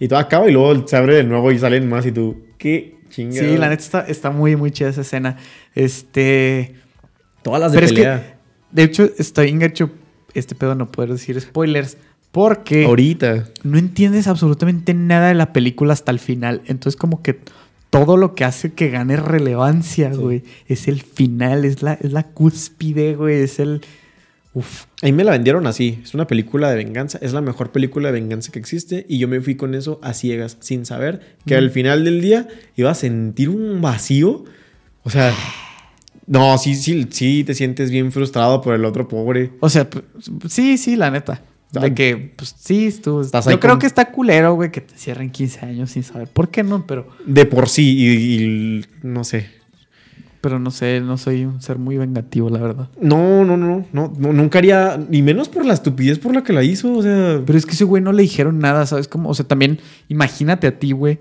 Y todo acaba y luego se abre de nuevo y salen más y tú, qué chinga. Sí, la neta está, está muy, muy chida esa escena. Este. Todas las de Pero es pelea. que, de hecho, está bien gacho este pedo no poder decir spoilers. eh, Porque Ahorita. no entiendes absolutamente nada de la película hasta el final. Entonces, como que todo lo que hace que gane relevancia, Sí. güey, es el final, es la, es la cúspide, güey, es el. Uf. A mí me la vendieron así. Es una película de venganza. Es la mejor película de venganza que existe. Y yo me fui con eso a ciegas, sin saber que Mm. al final del día iba a sentir un vacío. O sea, no, sí, sí, sí, te sientes bien frustrado por el otro pobre. O sea, p- sí, sí, la neta. Ay. De que, pues sí, estuvo. Estás ahí Yo creo con- que está culero, güey, que te cierren 15 años sin saber por qué no, pero, De por sí. Y, y no sé. pero no sé, no soy un ser muy vengativo, la verdad. No, no, no, no, no, nunca haría, ni menos por la estupidez por la que la hizo, o sea, Pero es que ese güey no le dijeron nada, ¿sabes cómo? O sea, también imagínate a ti, güey.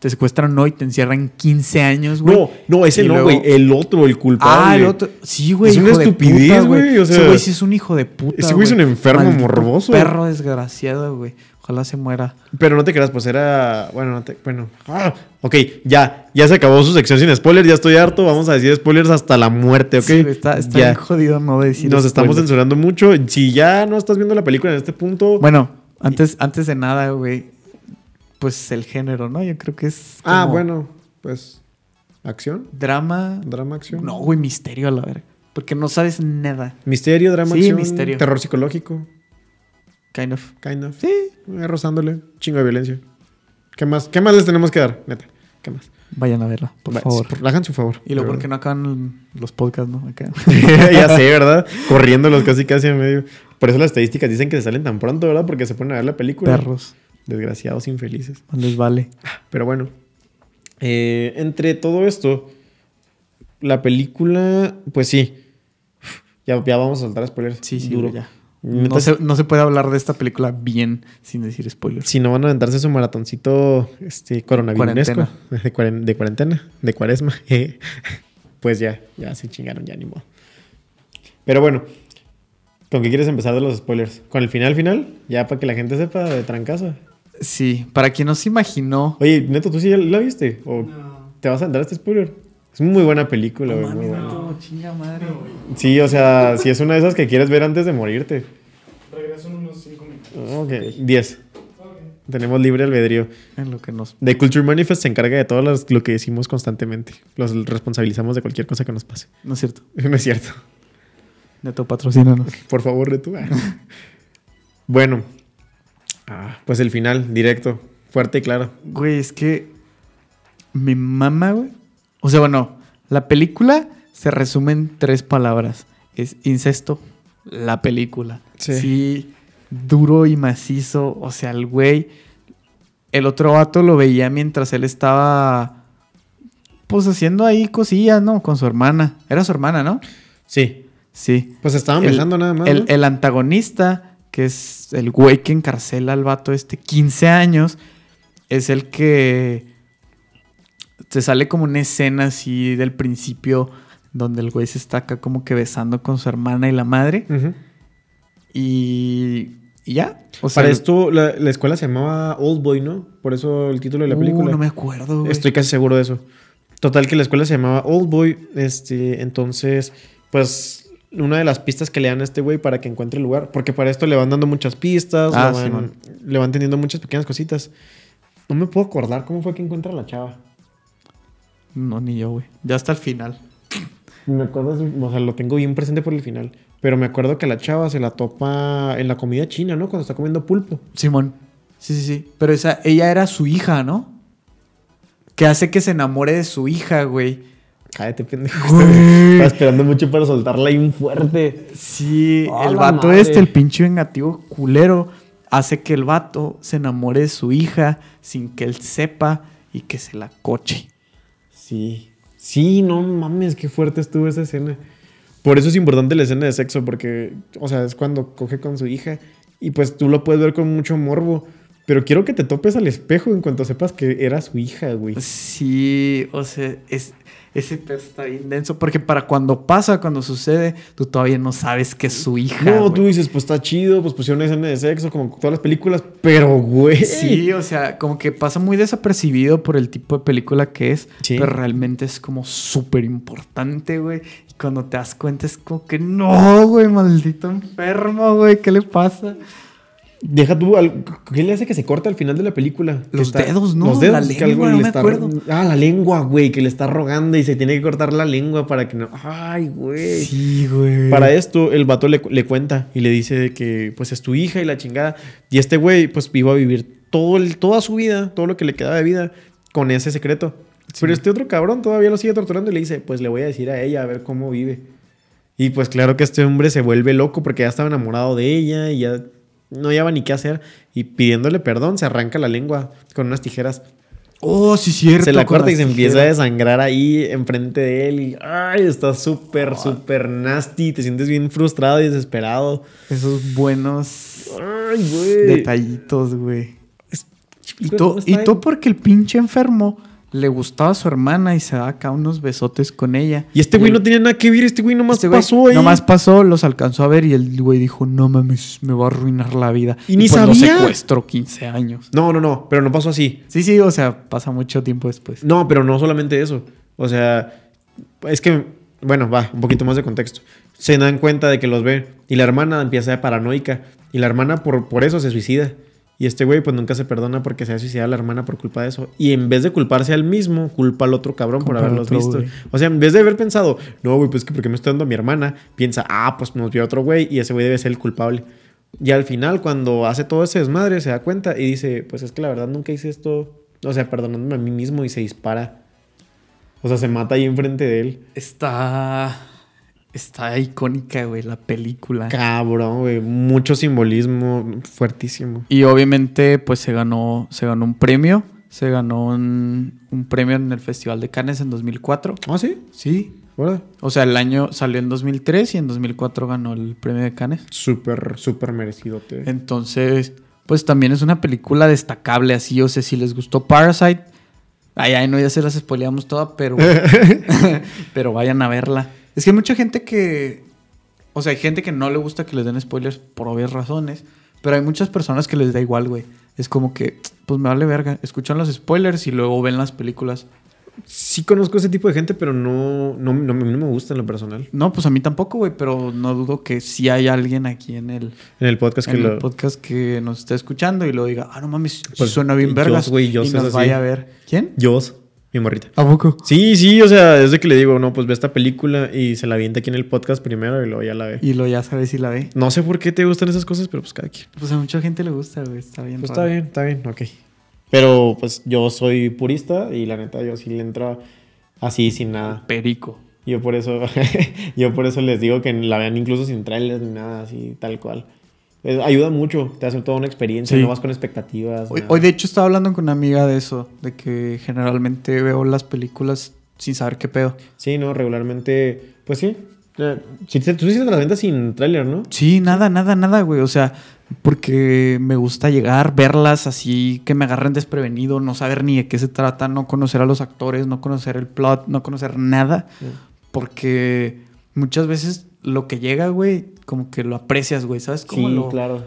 Te secuestran hoy, te encierran 15 años, güey. no, no, ese Y no, luego- güey, el otro, el culpable. Ah, el otro. Sí, güey. Es una hijo de estupidez, puta, güey, o sea, ese güey sí es un hijo de puta. ese güey es un enfermo morboso. Perro desgraciado, güey. Ojalá se muera. Pero no te creas, pues era, bueno, no te, bueno, ah, ok, ya, ya se acabó su sección sin spoilers, ya estoy harto, vamos a decir spoilers hasta la muerte, ok. Sí, güey, está está Ya. bien jodido no decir. Nos estamos spoilers. censurando mucho, si ya no estás viendo la película en este punto, Bueno, antes, antes de nada, güey. Pues el género, ¿no? Yo creo que es. ah, como bueno, pues, acción, Drama. drama, acción. No, güey, misterio a la verga. Porque no sabes nada. Misterio, drama, Sí, acción, misterio. terror psicológico, Kind of. kind of. Sí. Eh, rozándole. Chingo de violencia. ¿Qué más? ¿Qué más les tenemos que dar? Neta. ¿Qué más? Vayan a verla, por Va- favor. por- hagan su favor. Y luego de porque no acaban los podcasts, ¿no? Acá. verdad. ya sé, ¿verdad? Corriéndolos casi casi en medio. Por eso las estadísticas dicen que se salen tan pronto, ¿verdad? Porque se ponen a ver la película. Perros. Desgraciados, infelices. Más les vale. Pero bueno. eh, entre todo esto, la película, pues sí. Ya, ya vamos a soltar spoilers. Sí, sí, güey, ya. Neta, No se, no se puede hablar de esta película bien sin decir spoilers. Si no van a aventarse su maratoncito este, coronavirusco de, cuaren- de cuarentena, de cuaresma, eh, pues ya, ya se chingaron, ya ni modo. Pero bueno, ¿con qué quieres empezar de los spoilers? ¿Con el final final? Ya para que la gente sepa de trancazo. Sí, para quien no se imaginó. Oye, Neto, ¿tú sí ya la viste? ¿O No. te vas a entrar a este spoiler? Es muy buena película, güey. muy buena. no, chinga madre. Pero, güey, Sí, o sea, si es una de esas que quieres ver antes de morirte. regreso en unos 5 minutos. Ok, 10. Tenemos libre albedrío. En lo que nos. The Culture Manifest se encarga de todo las- lo que decimos constantemente. Los responsabilizamos de cualquier cosa que nos pase. No es cierto. No es cierto. Neto, patrocínanos. Por favor, de tú. Ah. bueno. Ah, pues el final, directo. Fuerte y claro. Güey, es que. Mi mamá, güey. O sea, bueno, la película se resume en tres palabras: es incesto, la película. Sí. Sí. duro y macizo. O sea, el güey. El otro vato lo veía mientras él estaba. Pues haciendo ahí cosillas, ¿no? Con su hermana. Era su hermana, ¿no? Sí. Sí. Pues estaban El- besando nada más. El, ¿no? el antagonista, que es el güey que encarcela al vato este 15 años, es el que se sale como una escena así del principio donde el güey se está acá como que besando con su hermana y la madre Ujú. y, y ya. O Para esto, la, la escuela se llamaba Old Boy, ¿no? Por eso el título de la Uh, película. no me acuerdo. güey. Estoy casi seguro de eso. Total que la escuela se llamaba Old Boy, este, entonces, pues una de las pistas que le dan a este güey para que encuentre el lugar, porque para esto le van dando muchas pistas, Ah, le, van, Simón. le van teniendo muchas pequeñas cositas. No me puedo acordar cómo fue que encuentra a la chava. No, ni yo, güey. Ya hasta el final. Me acuerdo, o sea, lo tengo bien presente por el final. Pero me acuerdo que la chava se la topa en la comida china, ¿no? Cuando está comiendo pulpo. Simón. Sí, sí, sí. Pero esa, ella era su hija, ¿no? Que hace que se enamore de su hija, güey. Cállate, pendejo. Güey. Estaba esperando mucho para soltarla ahí un fuerte. Sí, A el la vato madre. este, el pinche vengativo culero, hace que el vato se enamore de su hija sin que él sepa y que se la coche. Sí. Sí, no mames, qué fuerte estuvo esa escena. Por eso es importante la escena de sexo, porque, o sea, es cuando coge con su hija y pues tú lo puedes ver con mucho morbo. Pero quiero que te topes al espejo en cuanto sepas que era su hija, güey. Sí, o sea, es, ese pedo está bien denso, porque para cuando pasa, cuando sucede, tú todavía no sabes que es su hija. No, güey. tú dices, pues está chido, pues pusieron una escena de sexo, como todas las películas, pero güey. Sí, o sea, como que pasa muy desapercibido por el tipo de película que es, Sí. pero realmente es como súper importante, güey. Y cuando te das cuenta es como que no, güey, maldito enfermo, güey, ¿qué le pasa? Deja tú, al- ¿qué le hace que se corta al final de la película? Que Los dedos, ¿no? Los dedos, La que algo lengua, no le me está- acuerdo. Ah, la lengua, güey, que le está rogando y se tiene que cortar la lengua para que no. Ay, güey. Sí, güey. Para esto, el vato le, le cuenta y le dice de que, pues, es tu hija y la chingada. Y este güey, pues, iba a vivir todo el- toda su vida, todo lo que le quedaba de vida, con ese secreto. Pero este otro cabrón todavía lo sigue torturando y le dice, pues, le voy a decir a ella a ver cómo vive. Y, pues, claro que este hombre se vuelve loco porque ya estaba enamorado de ella y ya no lleva ni qué hacer. Y pidiéndole perdón, se arranca la lengua con unas tijeras. Oh, sí, cierto. Se la con corta y las se empieza a tijeras. desangrar ahí enfrente de él. Y ay, está súper, súper nasty. Te sientes bien frustrado y desesperado. Esos buenos Ay, güey. detallitos, güey. Y, Pero to- no está y ahí. todo porque el pinche enfermo le gustaba a su hermana y se da acá unos besotes con ella. Y este güey el- no tenía nada que ver. Este güey nomás Este güey pasó ahí. Nomás pasó, los alcanzó a ver y el güey dijo, no mames, me va a arruinar la vida. pues Y ni lo sabía. secuestró 15 años. No, no, no. Pero no pasó así. Sí, sí, o sea, pasa mucho tiempo después. No, pero no solamente eso. O sea, es que, bueno, va, un poquito más de contexto. Se dan cuenta de que los ve y la hermana empieza a ser paranoica y la hermana por, por eso se suicida. Y este güey pues nunca se perdona porque se ha suicidado la hermana por culpa de eso. Y en vez de culparse al mismo, culpa al otro cabrón por Culpa al haberlos otro, visto. güey. O sea, en vez de haber pensado, no, güey, pues que porque me está dando a mi hermana, piensa, ah, pues nos vio otro güey y ese güey debe ser el culpable. Y al final, cuando hace todo ese desmadre, se da cuenta y dice, pues es que la verdad nunca hice esto, o sea, perdonándome a mí mismo y se dispara. O sea, se mata ahí enfrente de él. Está... Está icónica, güey, la película. Cabrón, güey, mucho simbolismo fuertísimo. Y obviamente, pues se ganó, se ganó un premio. Se ganó un, un premio en el Festival de Cannes en 2004. ¿Ah, sí? Sí. ¿Verdad? O sea, el año salió en 2003 y en 2004 ganó el premio de Cannes. Súper, súper merecido. Entonces, pues también es una película destacable. Así, o sea, si les gustó Parasite, ay, ay, no, ya se las spoileamos toda, pero, pero vayan a verla. Es que hay mucha gente que. O sea, hay gente que no le gusta que les den spoilers por obvias razones, pero hay muchas personas que les da igual, güey. Es como que, pues me vale verga. Escuchan los spoilers y luego ven las películas. Sí conozco ese tipo de gente, pero no, no, no, a mí no me gusta en lo personal. No, pues a mí tampoco, güey, pero no dudo que sí hay alguien aquí en el, En el podcast que en el lo... podcast que nos está escuchando y luego diga, ah, no mames, sí Pues, suena bien Joss, vergas. güey, y Joss es nos así. vaya a ver. ¿Quién? Dios, mi morrita. ¿A poco? Sí, sí, o sea, desde que le digo, no, pues ve esta película y se la avienta aquí en el podcast primero y luego ya la ve. Y lo ya sabes si la ve. No sé por qué te gustan esas cosas, pero pues cada quien. Pues a mucha gente le gusta, güey, está bien. Pues raro. está bien, está bien, ok. Pero pues yo soy purista y la neta yo sí le entro así sin nada. Perico. Yo por eso yo por eso les digo que la vean incluso sin trailers ni nada, así tal cual. Eh, ayuda mucho, te hace toda una experiencia, Sí. no vas con expectativas. Hoy, nada. hoy, de hecho estaba hablando con una amiga de eso, de que generalmente veo las películas sin saber qué pedo. Sí, no, regularmente, pues sí. Eh, sí, te- tú sí te las ventas sin trailer, ¿no? Sí, nada, nada, nada, güey. O sea, porque me gusta llegar, verlas así, que me agarren desprevenido, no saber ni de qué se trata, no conocer a los actores, no conocer el plot, no conocer nada. Porque muchas veces lo que llega, güey, como que lo aprecias, güey. ¿Sabes cómo Sí, lo- claro.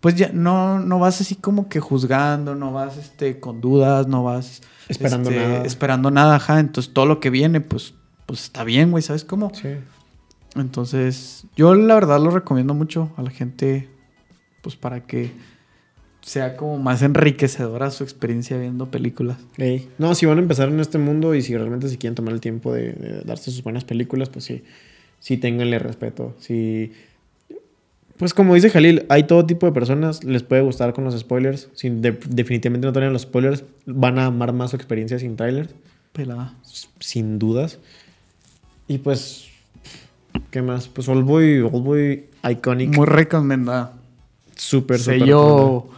Pues ya no, no vas así como que juzgando, no vas este, con dudas, no vas Esperando este, nada. Esperando nada, ajá. Entonces todo lo que viene, pues, pues está bien, güey. ¿Sabes cómo? Sí. Entonces, yo la verdad lo recomiendo mucho a la gente, pues para que sea como más enriquecedora su experiencia viendo películas. Ey. No, si van a empezar en este mundo y si realmente se quieren tomar el tiempo de, de darse sus buenas películas, pues sí, sí ténganle respeto. Sí. Pues como dice Jalil, hay todo tipo de personas, les puede gustar con los spoilers. Si de- definitivamente no traen los spoilers, van a amar más su experiencia sin trailers, Pelada. s- sin dudas. Y pues, ¿qué más? Pues Oldboy, Oldboy Iconic, Muy recomendada. súper, súper. recomendado. Sello.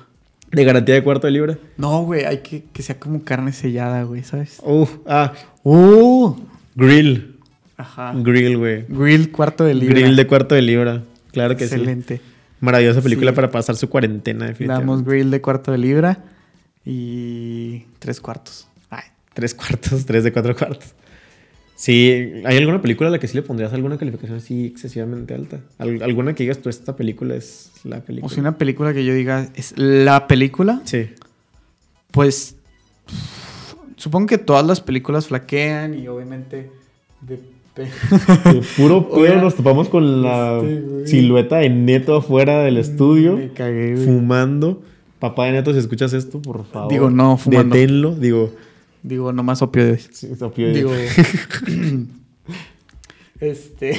De garantía de cuarto de libra. No, güey, hay que que sea como carne sellada, güey, ¿sabes? Uf, ah, ¡Uh! Grill, Ajá. Mm. Grill, güey. Grill cuarto de libra. Grill de cuarto de libra. Claro que Excelente. sí. Maravillosa película Sí. para pasar su Le cuarentena, damos definitivamente. grill de cuarto de libra y tres cuartos. Ay, Tres cuartos, tres de cuatro cuartos. Sí, ¿hay alguna película a la que sí le pondrías alguna calificación así excesivamente alta? Al- ¿Alguna que digas tú, esta película es la película? o si una película que yo diga es la película, Sí. pues supongo que todas las películas flaquean y obviamente de- De puro pedo Oiga, nos topamos con la este güey. silueta de Neto afuera del estudio, Me cagué, güey. fumando. Papá de Neto, si escuchas esto, por favor. Digo, no, fumando. Deténlo, digo. Digo, nomás opioides. sí, no, pío, Digo. este.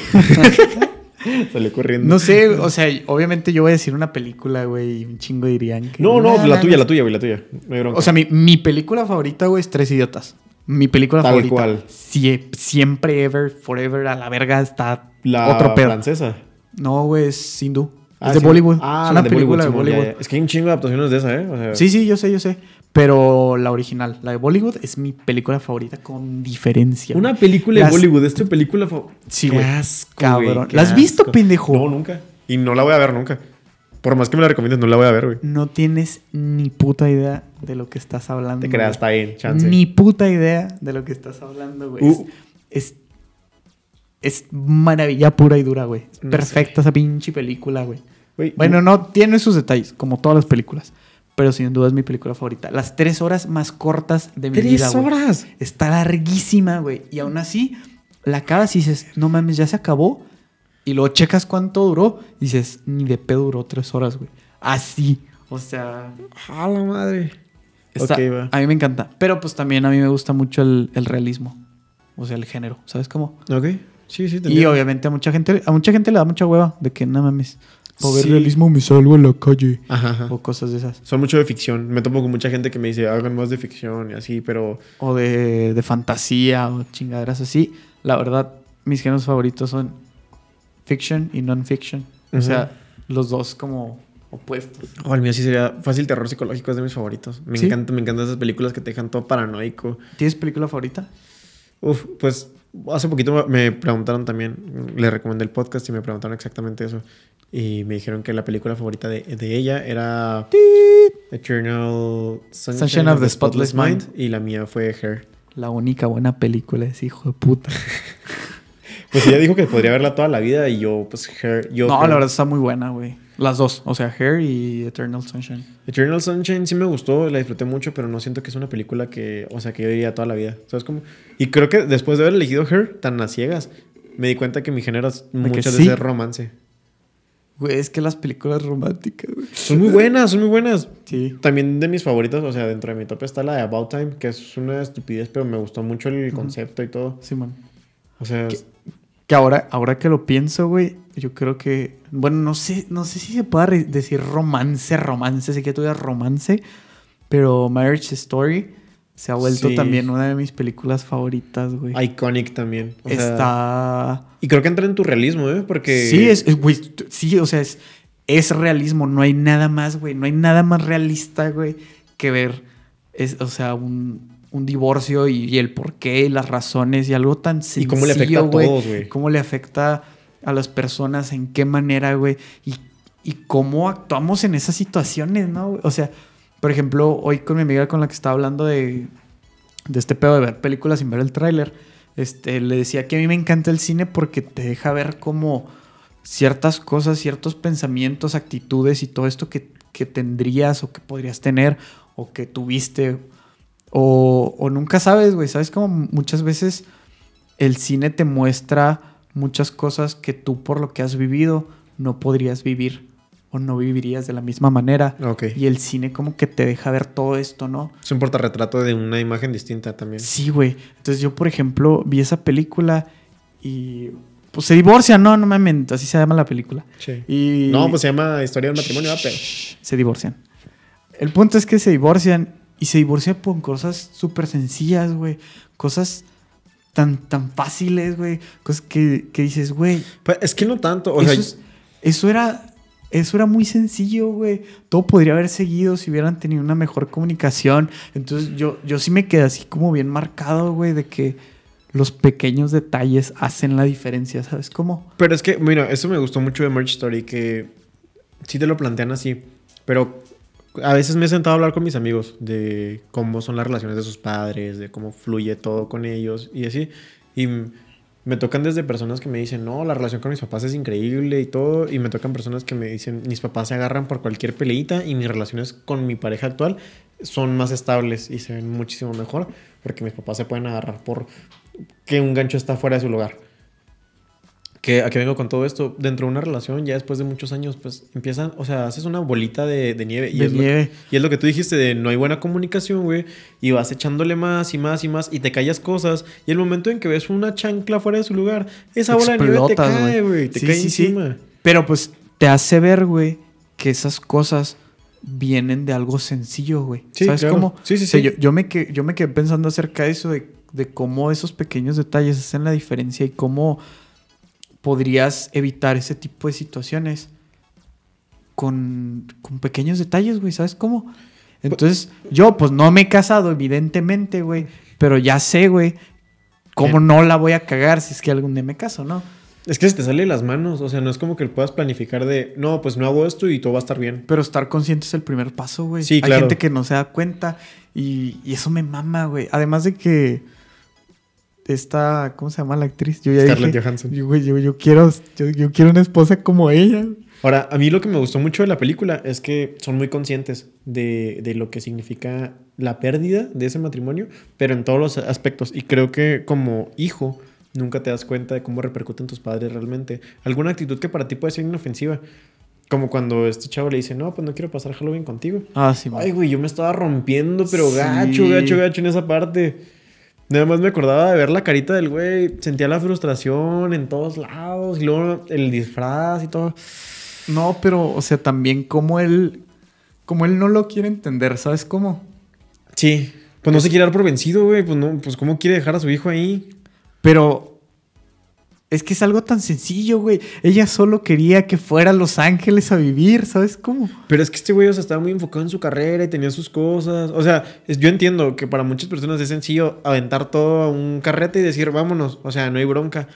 Salió corriendo. No sé, o sea, obviamente yo voy a decir una película, güey, y un chingo dirían que. No, no, Nah, la nah, tuya, nah. la tuya, güey, la tuya. No hay bronca. O sea, mi, mi película favorita, güey, es Tres Idiotas. Mi película Tal favorita. cual. Sie- siempre, ever, forever, a la verga está la otro pedo. francesa. No, güey, es hindú. Ah, es de sí. Bollywood. Ah, es una la de película de Bollywood, Simón, ya, Bollywood. ya. Es que hay un chingo de adaptaciones de esa, ¿eh? O sea, Sí, sí, yo sé, yo sé. Pero la original, la de Bollywood, es mi película favorita con diferencia. Una güey. película Las- de Bollywood, es tu película favorita. Sí, güey. Cabrón. ¿La has visto, pendejo? No, nunca. Y no la voy a ver nunca. Por más que me la recomiendes, no la voy a ver, güey. No tienes ni puta idea de lo que estás hablando. Te creas, güey. está bien, chance. Ni puta idea de lo que estás hablando, güey. Uh. Es, es, es maravilla pura y dura, güey. Es No perfecta esa pinche película, güey. Güey, Bueno, no, tiene sus detalles, como todas las películas. Pero sin duda es mi película favorita. Las tres horas más cortas de mi tres vida, güey. horas. Está larguísima, güey. Y aún así, la acabas y dices, no mames, ya se acabó. Y luego checas cuánto duró. Y dices, ni de pedo duró tres horas, güey. Así. O sea, A la madre. Está- Ok, va. A mí me encanta. Pero pues también a mí me gusta mucho el, el realismo. O sea, el género. ¿Sabes cómo? Ok. Sí, sí, te Y entiendo. obviamente a mucha gente, a mucha gente le da mucha hueva de que no mames. Para ver Sí. realismo me salgo a la calle. Ajá, ajá. O cosas de esas. Son mucho de ficción. Me topo con mucha gente que me dice, hagan más de ficción y así, pero... O de, de fantasía o chingaderas así. La verdad, mis géneros favoritos son fiction y non-fiction. O Ujú. sea, los dos como opuestos. Oh, el mío sí sería fácil terror psicológico, es de mis favoritos. Me ¿Sí? encanta, me encantan esas películas que te dejan todo paranoico. ¿Tienes película favorita? Uf, pues hace poquito me preguntaron también, le recomendé el podcast y me preguntaron exactamente eso. Y me dijeron que la película favorita de, de ella era Eternal Sunshine, of, the Spotless, Mind. y la mía fue Her. La única buena película es hijo de puta. Pues ella dijo que podría verla toda la vida y yo, pues Her. Yo, No, Her. la verdad está muy buena, güey. Las dos, o sea, Hair y Eternal Sunshine. Eternal Sunshine sí me gustó, la disfruté mucho, pero no siento que es una película que, o sea, que yo diría toda la vida. ¿Sabes cómo? Y creo que después de haber elegido Her tan a ciegas, me di cuenta que mi género es que muchas sí. veces es romance. Güey, es que las películas románticas, güey. Son muy buenas, son muy buenas. Sí. También de mis favoritas, o sea, dentro de mi top está la de About Time, que es una estupidez, pero me gustó mucho el concepto y todo. Simón. O sea, ¿Qué? Que ahora, ahora que lo pienso, güey, yo creo que. Bueno, no sé, no sé si se pueda re- decir romance, romance, sé que tú digas romance, pero Marriage Story se ha vuelto Sí. también una de mis películas favoritas, güey. iconic también. O sea, Está. Y creo que entra en tu realismo, ¿eh? Porque... Sí, es, es- güey, t- sí, o sea, es, es realismo, no hay nada más, güey, no hay nada más realista, güey, que ver, es, o sea, un, un divorcio y, y el porqué y las razones y algo tan Y sencillo, cómo le afecta a güey, todos, güey. cómo le afecta a las personas, en qué manera, güey, y, y cómo actuamos en esas situaciones, ¿no? güey? O sea, por ejemplo, hoy con mi amiga con la que estaba hablando de, de este pedo de ver películas sin ver el tráiler, este, le decía que a mí me encanta el cine porque te deja ver como ciertas cosas, ciertos pensamientos, actitudes y todo esto que, que tendrías o que podrías tener o que tuviste o, o nunca sabes, güey, ¿sabes? Como muchas veces el cine te muestra muchas cosas que tú por lo que has vivido no podrías vivir o no vivirías de la misma manera. Ok. Y el cine como que te deja ver todo esto, ¿no? Es un portarretrato de una imagen distinta también. Sí, güey. Entonces yo, por ejemplo, vi esa película y pues se divorcian, no, no mames, así se llama la película. Sí. Y No, pues se llama Historia del matrimonio, ah, pero. se divorcian. El punto es que se divorcian y se divorcian por cosas súper sencillas, güey. Cosas tan, tan fáciles, güey. Cosas que, que dices, güey, Pues, es que no tanto. O eso, sea, es- eso era... Eso era muy sencillo, güey. Todo podría haber seguido si hubieran tenido una mejor comunicación. Entonces yo, yo sí me quedé así como bien marcado, güey, de que los pequeños detalles hacen la diferencia, ¿sabes cómo? Pero es que, mira, eso me gustó mucho de Merch Story, que sí te lo plantean así, pero a veces me he sentado a hablar con mis amigos de cómo son las relaciones de sus padres, de cómo fluye todo con ellos y así. Y m- me tocan desde personas que me dicen, no, la relación con mis papás es increíble y todo. Y me tocan personas que me dicen, mis papás se agarran por cualquier peleita y mis relaciones con mi pareja actual son más estables y se ven muchísimo mejor porque mis papás se pueden agarrar por que un gancho está fuera de su lugar que a qué vengo con todo esto, dentro de una relación, ya después de muchos años, pues empiezan, o sea, haces una bolita de, de nieve. Y De es lo- nieve. y es lo que tú dijiste de no hay buena comunicación, güey, y vas echándole más y más y más y te callas cosas. Y el momento en que ves una chancla fuera de su lugar, esa bola de nieve te Explotas, cae, güey, te Sí, cae sí, sí. encima. Pero pues te hace ver, güey, que esas cosas vienen de algo sencillo, güey. Sí, ¿Sabes claro. cómo? Sí, sí, O sea, sí. Yo, yo me que- yo me quedé pensando acerca de eso, de, de cómo esos pequeños detalles hacen la diferencia y cómo podrías evitar ese tipo de situaciones con, con pequeños detalles, güey. ¿Sabes cómo? Entonces, yo pues no me he casado, evidentemente, güey. Pero ya sé, güey, cómo no la voy a cagar si es que algún día me caso, ¿no? Es que se te sale de las manos, o sea, no es como que puedas planificar de, no, pues no hago esto y todo va a estar bien. Pero estar consciente es el primer paso, güey. Sí, Hay claro. gente que no se da cuenta y, y eso me mama, güey. Además de que esta, ¿cómo se llama la actriz? Yo ya Scarlett dije, Johansson. yo, güey, yo, yo quiero, yo, yo quiero una esposa como ella. Ahora, a mí lo que me gustó mucho de la película es que son muy conscientes de, de lo que significa la pérdida de ese matrimonio, pero en todos los aspectos. Y creo que como hijo nunca te das cuenta de cómo repercuten tus padres realmente. Alguna actitud que para ti puede ser inofensiva. Como cuando este chavo le dice, no, pues no quiero pasar Halloween contigo. Ah, sí, Ay, güey, yo me estaba rompiendo, pero Sí. gacho, gacho, gacho en esa parte. Nada más me acordaba de ver la carita del güey, sentía la frustración en todos lados, y luego el disfraz y todo. No, pero, o sea, también como él, como él no lo quiere entender, ¿sabes cómo? Sí. Pues no se quiere dar por vencido, güey. Pues, no, pues cómo quiere dejar a su hijo ahí. Pero es que es algo tan sencillo, güey. Ella solo quería que fuera a Los Ángeles a vivir, ¿sabes cómo? Pero es que este güey, o sea, estaba muy enfocado en su carrera y tenía sus cosas. O sea, es- yo entiendo que para muchas personas es sencillo aventar todo a un carrete y decir, vámonos. O sea, no hay bronca.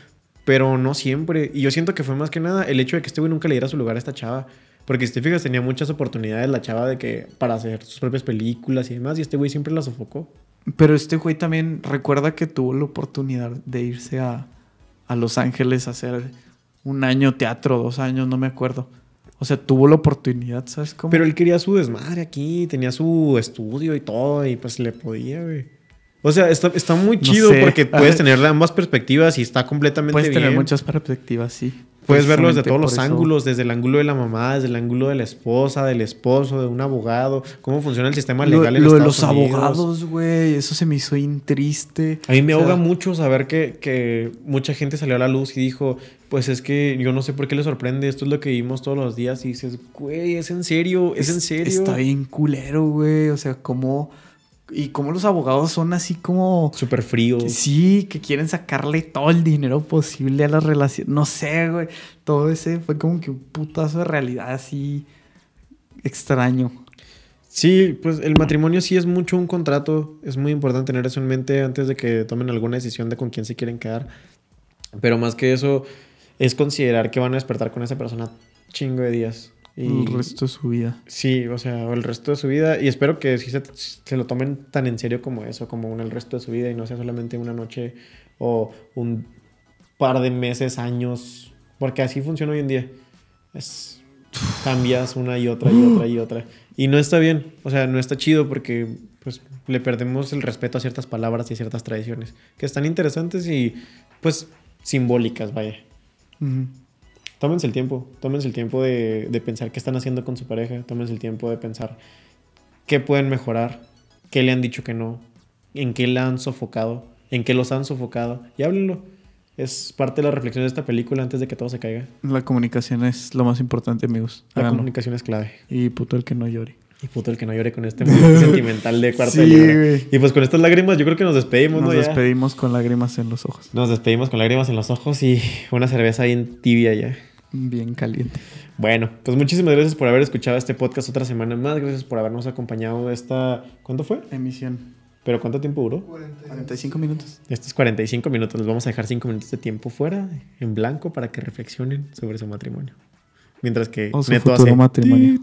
Pero no siempre. Y yo siento que fue más que nada el hecho de que este güey nunca le diera su lugar a esta chava. Porque si te fijas, tenía muchas oportunidades la chava de que para hacer sus propias películas y demás. Y este güey siempre la sofocó. Pero este güey también recuerda que tuvo la oportunidad de irse a, a Los Ángeles a hacer un año teatro, dos años, no me acuerdo. O sea, tuvo la oportunidad, ¿sabes cómo? Pero él quería su desmadre aquí, tenía su estudio y todo, y pues le podía, güey. O sea, está, está muy No chido sé. porque puedes tener ambas perspectivas y está completamente Puedes bien. tener muchas perspectivas, sí. Puedes verlo desde Precisamente todos los por eso- ángulos, desde el ángulo de la mamá, desde el ángulo de la esposa, del esposo, de un abogado, cómo funciona el sistema Lo, legal en lo de Estados los Unidos. abogados, güey, eso se me hizo bien triste. A mí me O sea, ahoga mucho saber que, que mucha gente salió a la luz y dijo, pues es que yo no sé por qué le sorprende, esto es lo que vivimos todos los días y dices, güey, es en serio, es, en es- serio. Está bien culero, güey. O sea, cómo... Y cómo los abogados son así como... Súper frío. Que Sí, que quieren sacarle todo el dinero posible a la relación. No sé, güey. Todo ese fue como que un putazo de realidad así extraño. Sí, pues el matrimonio sí es mucho un contrato. Es muy importante tener eso en mente antes de que tomen alguna decisión de con quién se quieren quedar. Pero más que eso, es considerar que van a despertar con esa persona chingo de días. Y El resto de su vida. Sí, o sea, el resto de su vida. Y espero que sí se, se lo tomen tan en serio como eso, como un, el resto de su vida y no sea solamente una noche o un par de meses, años. Porque así funciona hoy en día. Es, cambias una y otra y otra y otra. Y no está bien, o sea, no está chido porque pues, le perdemos el respeto a ciertas palabras y ciertas tradiciones que están interesantes y pues simbólicas, vaya. Ujú. Tómense el tiempo, tómense el tiempo de, de pensar qué están haciendo con su pareja, tómense el tiempo de pensar qué pueden mejorar, qué le han dicho que no, en qué la han sofocado, en qué los han sofocado, y háblenlo. Es parte de la reflexión de esta película antes de que todo se caiga. La comunicación es lo más importante, amigos. La Háganlo. comunicación es clave. Y puto el que no llore. Y puto el que no llore con este momento sentimental de cuarto de Sí, libra. güey. Y pues con estas lágrimas yo creo que nos despedimos, Nos ¿no? Ya. despedimos con lágrimas en los ojos. Nos despedimos con lágrimas en los ojos y una cerveza bien tibia ya. Bien caliente. Bueno, pues muchísimas gracias por haber escuchado este podcast otra semana más. Gracias por habernos acompañado esta... ¿Cuánto fue? Emisión. ¿Pero cuánto tiempo duró? 45 minutos. Estos 45 minutos. Les vamos a dejar 5 minutos de tiempo fuera, en blanco, para que reflexionen sobre su matrimonio. Mientras que O su Neto futuro hace- matrimonio.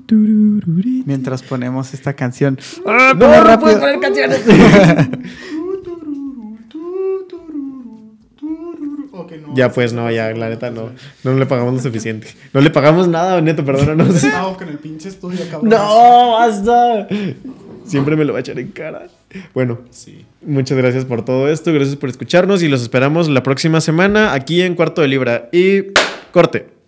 Mientras ponemos esta canción. ¡Ah, ¡No, ponla no rápido! puedes poner canciones! Ok, no, Ya es- pues no, ya la neta no. No le pagamos lo suficiente. No le pagamos nada, Neto, perdónanos. Estaba con Ah, el pinche estudio, cabrón. No, basta. Siempre me lo va a echar en cara. Bueno, Sí. muchas gracias por todo esto, gracias por escucharnos y los esperamos la próxima semana aquí en Cuarto de Libra. Y corte.